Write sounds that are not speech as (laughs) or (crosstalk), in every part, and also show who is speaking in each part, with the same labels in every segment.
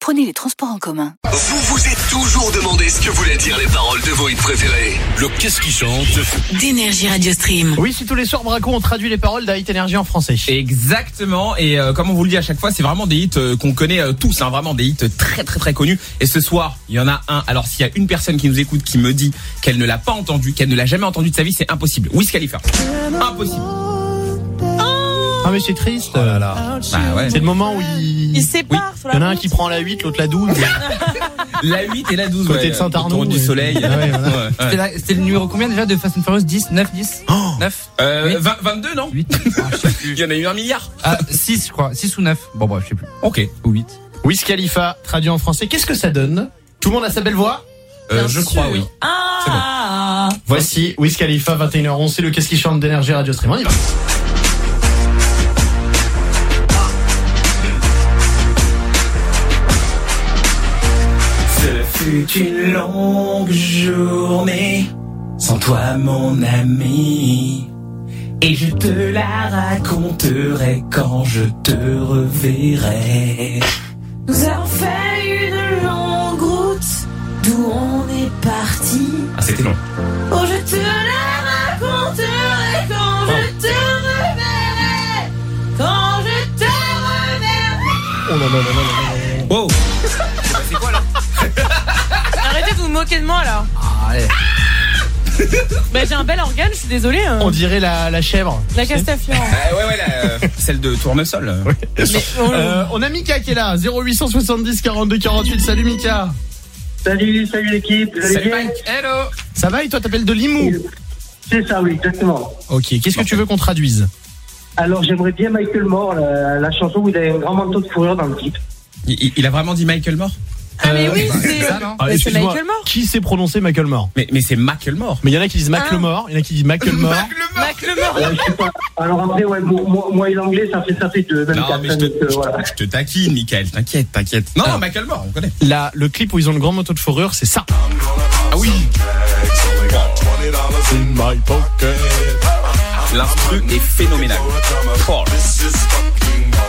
Speaker 1: prenez les transports en commun.
Speaker 2: Vous vous êtes toujours demandé ce que voulaient dire les paroles de vos hits préférés.
Speaker 3: Le qu'est-ce qui chante
Speaker 1: D'énergie Radio Stream.
Speaker 4: Oui, si tous les soirs, Braco, on traduit les paroles d'Hit Energy en français.
Speaker 5: Exactement. Et euh, comme on vous le dit à chaque fois, c'est vraiment des hits euh, qu'on connaît euh, tous, hein, vraiment des hits très très très connus. Et ce soir, il y en a un. Alors s'il y a une personne qui nous écoute qui me dit qu'elle ne l'a pas entendu, qu'elle ne l'a jamais entendu de sa vie, c'est impossible. Wiz Khalifa. Impossible.
Speaker 4: Ah, mais c'est triste.
Speaker 5: Bah ouais.
Speaker 4: Ah C'est le moment où il...
Speaker 6: Ils se séparent
Speaker 4: Il
Speaker 6: sur la
Speaker 4: y en a un
Speaker 6: route.
Speaker 4: qui prend la 8, l'autre la 12.
Speaker 5: La 8 et la 12.
Speaker 4: Côté
Speaker 5: ouais,
Speaker 4: de Saint-Arnaud,
Speaker 5: autour du
Speaker 4: ouais.
Speaker 5: soleil.
Speaker 4: Ah ouais, voilà.
Speaker 5: Ouais, ouais.
Speaker 7: C'était la- C'était le numéro combien déjà de Fast and Furious 10, 9, 10 9
Speaker 5: Euh, 20 22 non (laughs)
Speaker 7: 8
Speaker 5: Il y en a eu un milliard.
Speaker 7: ah, 6 je crois, 6 ou 9 Bon bref, je sais plus.
Speaker 5: Ok.
Speaker 7: Ou 8
Speaker 4: Wiz Khalifa, traduit en français. Qu'est-ce que ça donne Tout le monde a sa belle voix
Speaker 5: Euh, je crois oui.
Speaker 6: Ah
Speaker 4: Voici Wiz Khalifa, 21h11, c'est le Qu'est-ce qui chante d'énergie Radio Stream. On y va.
Speaker 2: Ce fut une longue journée sans toi mon ami et je te la raconterai quand je te reverrai.
Speaker 6: Nous avons fait une longue route d'où on est parti.
Speaker 5: Ah c'était long.
Speaker 6: Oh, je te la raconterai quand
Speaker 7: Oh.
Speaker 6: je te reverrai. Quand je te reverrai.
Speaker 5: Wow.
Speaker 6: Arrêtez de vous moquer de moi là.
Speaker 7: Ah,
Speaker 6: Bah, j'ai un bel organe, je suis désolée. hein.
Speaker 7: Oh,
Speaker 4: On dirait la, la chèvre.
Speaker 6: La Castafiore.
Speaker 7: (laughs)
Speaker 5: Euh, ouais ouais la, (laughs) euh, celle de tournesol. euh.
Speaker 6: Mais, oh,
Speaker 4: Euh, on a Mika qui est là, 0870 42 48. Salut Mika.
Speaker 8: Salut, salut l'équipe. Vous allez
Speaker 5: Salut
Speaker 8: bien
Speaker 5: Mike. Hello.
Speaker 4: Ça va et toi t'appelles de Limoux
Speaker 8: C'est ça, oui, exactement.
Speaker 4: Ok, qu'est-ce que tu veux qu'on traduise
Speaker 8: Alors, j'aimerais bien Michael Moore, la, la chanson où il a un grand manteau de fourrure dans le clip.
Speaker 5: Il, il- il a vraiment dit Michael Moore.
Speaker 6: Ah, mais oui,
Speaker 7: bah,
Speaker 6: c'est.
Speaker 7: ça, non
Speaker 4: Ah,
Speaker 6: Mais c'est
Speaker 4: excuse-moi,
Speaker 6: Michael Moore.
Speaker 4: Qui s'est prononcé Michael Moore
Speaker 5: Mais mais c'est Michael Moore.
Speaker 4: Mais il y en a qui disent
Speaker 6: Ah.
Speaker 4: Macklemore, il y en a qui disent
Speaker 6: (laughs)
Speaker 4: Macklemore.
Speaker 6: Mac Lemore.
Speaker 8: Ouais, je sais pas. Alors après, ouais, moi, moi- moi et l'anglais, ça fait ça fait deux. Même
Speaker 5: Non, mais je
Speaker 8: personne,
Speaker 5: te,
Speaker 8: euh, voilà.
Speaker 5: je te taquine, Michael. T'inquiète, t'inquiète. Non, non, Michael Moore, on connaît.
Speaker 4: Là, le clip où ils ont le grand manteau de fourrure, c'est ça.
Speaker 5: Ah oui. L'instru est phénoménal. Oh,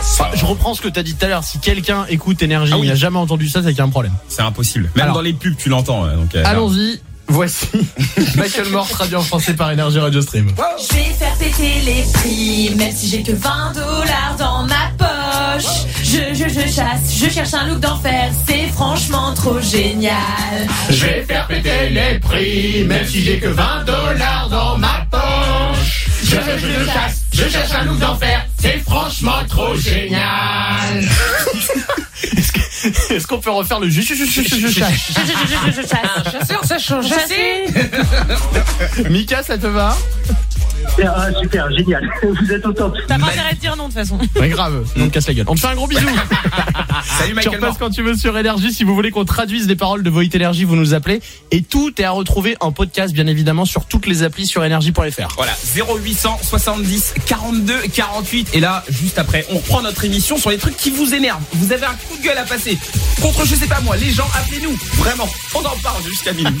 Speaker 4: Enfin, je reprends ce que t'as dit tout à l'heure. Si quelqu'un écoute Énergie,
Speaker 5: Ah oui.
Speaker 4: il n'a jamais entendu ça, c'est qu'il y a un problème.
Speaker 5: c'est impossible. Même
Speaker 4: Alors.
Speaker 5: dans les pubs, tu l'entends. euh, Donc, euh,
Speaker 4: ben. Allons-y. Voici (laughs) Michael Moore traduit en français par Énergie Radio Stream.
Speaker 6: Je vais faire péter les prix, même si j'ai que 20 dollars dans ma poche. Je, je, je chasse, je cherche un look d'enfer, c'est franchement trop génial.
Speaker 4: Je vais faire péter les prix, même si j'ai que 20 dollars dans ma poche. Je, je, chasse, je cherche un look d'enfer, c'est franchement trop génial. Est-ce que- est-ce qu'on peut refaire le je, je, je, je, (laughs) je, je chasse
Speaker 6: Je, je, je, je, je chasse. Chasseur, Ah, ça change. Chasser
Speaker 4: Mika, ça te va
Speaker 8: Ah, super, génial. (laughs) Vous êtes au top.
Speaker 6: T'as pas intérêt de dire non de toute façon.
Speaker 4: Pas grave, on te casse la gueule. On te fait un gros (laughs) bisou.
Speaker 5: Salut,
Speaker 4: Tu
Speaker 5: Michael
Speaker 4: repasses
Speaker 5: Moore.
Speaker 4: quand tu veux sur Énergie. Si vous voulez qu'on traduise les paroles de vos hits Énergie, vous nous appelez. Et tout est à retrouver en podcast, bien évidemment, sur toutes les applis sur énergie.fr.
Speaker 5: Voilà, 0870 42 48. Et là, juste après, on reprend notre émission sur les trucs qui vous énervent. Vous avez un coup de gueule à passer. Contre, je sais pas moi, les gens, appelez-nous. Vraiment, on en parle jusqu'à minuit.